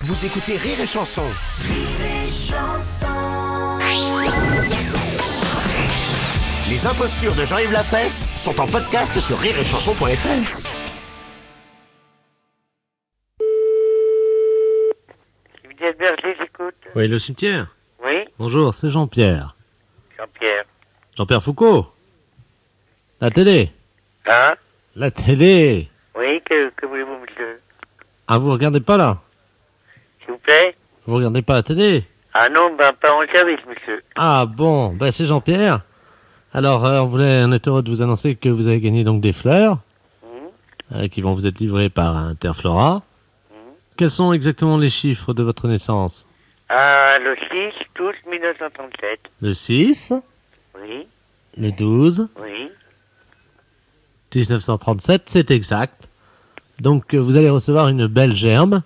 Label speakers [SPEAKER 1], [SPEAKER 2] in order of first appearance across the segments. [SPEAKER 1] Vous écoutez Rire et Chanson. Les impostures de Jean-Yves Lafesse sont en podcast sur rireetchanson.fr.
[SPEAKER 2] Bien, je les écoute.
[SPEAKER 3] Oui, le cimetière.
[SPEAKER 2] Oui,
[SPEAKER 3] Bonjour, c'est Jean-Pierre.
[SPEAKER 2] Jean-Pierre.
[SPEAKER 3] Jean-Pierre Foucault. La télé.
[SPEAKER 2] Hein
[SPEAKER 3] La télé.
[SPEAKER 2] Oui, que, que voulez-vous, monsieur
[SPEAKER 3] Ah, vous regardez pas là
[SPEAKER 2] S'il vous plaît
[SPEAKER 3] Vous regardez pas la télé
[SPEAKER 2] Ah non, ben pas en service, monsieur.
[SPEAKER 3] Ah bon, ben c'est Jean-Pierre. Alors, euh, on voulait, on est heureux de vous annoncer que vous avez gagné donc des fleurs euh, qui vont vous être livrées par Interflora. Quels sont exactement les chiffres de votre naissance
[SPEAKER 2] Ah, le 6, 12, 1937.
[SPEAKER 3] Le 6,
[SPEAKER 2] Oui,
[SPEAKER 3] le 12,
[SPEAKER 2] oui.
[SPEAKER 3] 1937, c'est exact. Donc euh, vous allez recevoir une belle gerbe,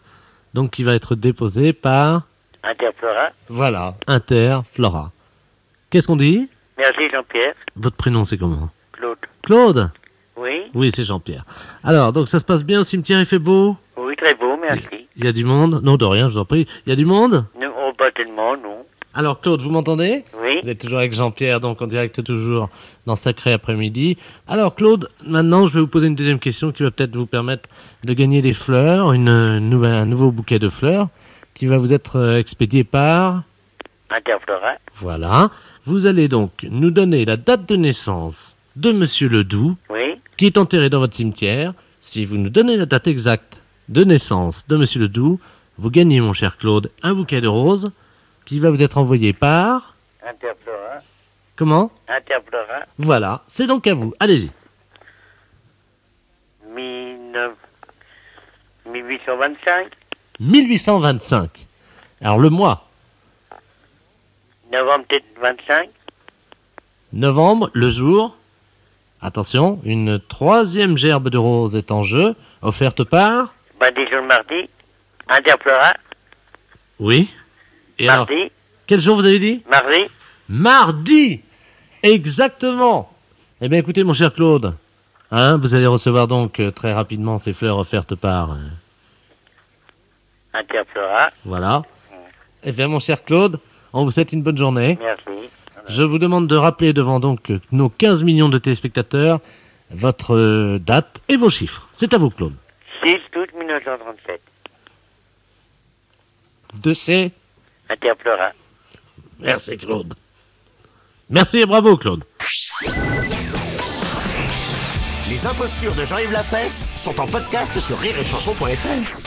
[SPEAKER 3] donc qui va être déposée par
[SPEAKER 2] Interflora.
[SPEAKER 3] voilà Interflora. Qu'est-ce qu'on dit
[SPEAKER 2] Merci, Jean-Pierre.
[SPEAKER 3] Votre prénom c'est comment
[SPEAKER 2] Claude.
[SPEAKER 3] Claude.
[SPEAKER 2] Oui,
[SPEAKER 3] Oui, c'est Jean-Pierre. Alors donc ça se passe bien au cimetière, il fait beau.
[SPEAKER 2] oui, très beau, merci.
[SPEAKER 3] Il y a du monde Non, de rien, je vous en prie. Il y a du monde
[SPEAKER 2] Non, oh, pas tellement, non.
[SPEAKER 3] Alors Claude, vous m'entendez
[SPEAKER 2] Oui,
[SPEAKER 3] Vous êtes toujours avec Jean-Pierre, donc en direct toujours dans Sacré Après-midi. Alors Claude, maintenant je vais vous poser une deuxième question qui va peut-être vous permettre de gagner des fleurs, une euh, nouvelle, un nouveau bouquet de fleurs qui va vous être euh, expédié par...
[SPEAKER 2] Interflora.
[SPEAKER 3] Voilà. Vous allez donc nous donner la date de naissance de Monsieur Ledoux,
[SPEAKER 2] Oui,
[SPEAKER 3] qui est enterré dans votre cimetière. Si vous nous donnez la date exacte de naissance de Monsieur Ledoux, vous gagnez, mon cher Claude, un bouquet de roses qui va vous être envoyé par...
[SPEAKER 2] Interflora.
[SPEAKER 3] Comment
[SPEAKER 2] Interflora.
[SPEAKER 3] Voilà, c'est donc à vous. Allez-y.
[SPEAKER 2] 19... 1825,
[SPEAKER 3] 1825. Alors le mois,
[SPEAKER 2] novembre peut-être 25.
[SPEAKER 3] novembre, le jour. Attention, une troisième gerbe de rose est en jeu, offerte par.
[SPEAKER 2] Ben, des jours de mardi. Interflora.
[SPEAKER 3] Oui. Et alors,
[SPEAKER 2] Mardi.
[SPEAKER 3] quel jour vous avez dit
[SPEAKER 2] Mardi.
[SPEAKER 3] Mardi Exactement Eh bien écoutez mon cher Claude, hein, vous allez recevoir donc euh, très rapidement ces fleurs offertes par... euh,
[SPEAKER 2] Interflora.
[SPEAKER 3] voilà. Eh bien mon cher Claude, on vous souhaite une bonne journée.
[SPEAKER 2] Merci.
[SPEAKER 3] Je vous demande de rappeler devant donc euh, nos 15 millions de téléspectateurs votre euh, date et vos chiffres. C'est à vous, Claude.
[SPEAKER 2] 6 août 1937.
[SPEAKER 3] De ces...
[SPEAKER 2] Interflora.
[SPEAKER 3] Merci, Claude. Merci et bravo, Claude.
[SPEAKER 1] Les impostures de Jean-Yves Lafesse sont en podcast sur rireetchanson.fr.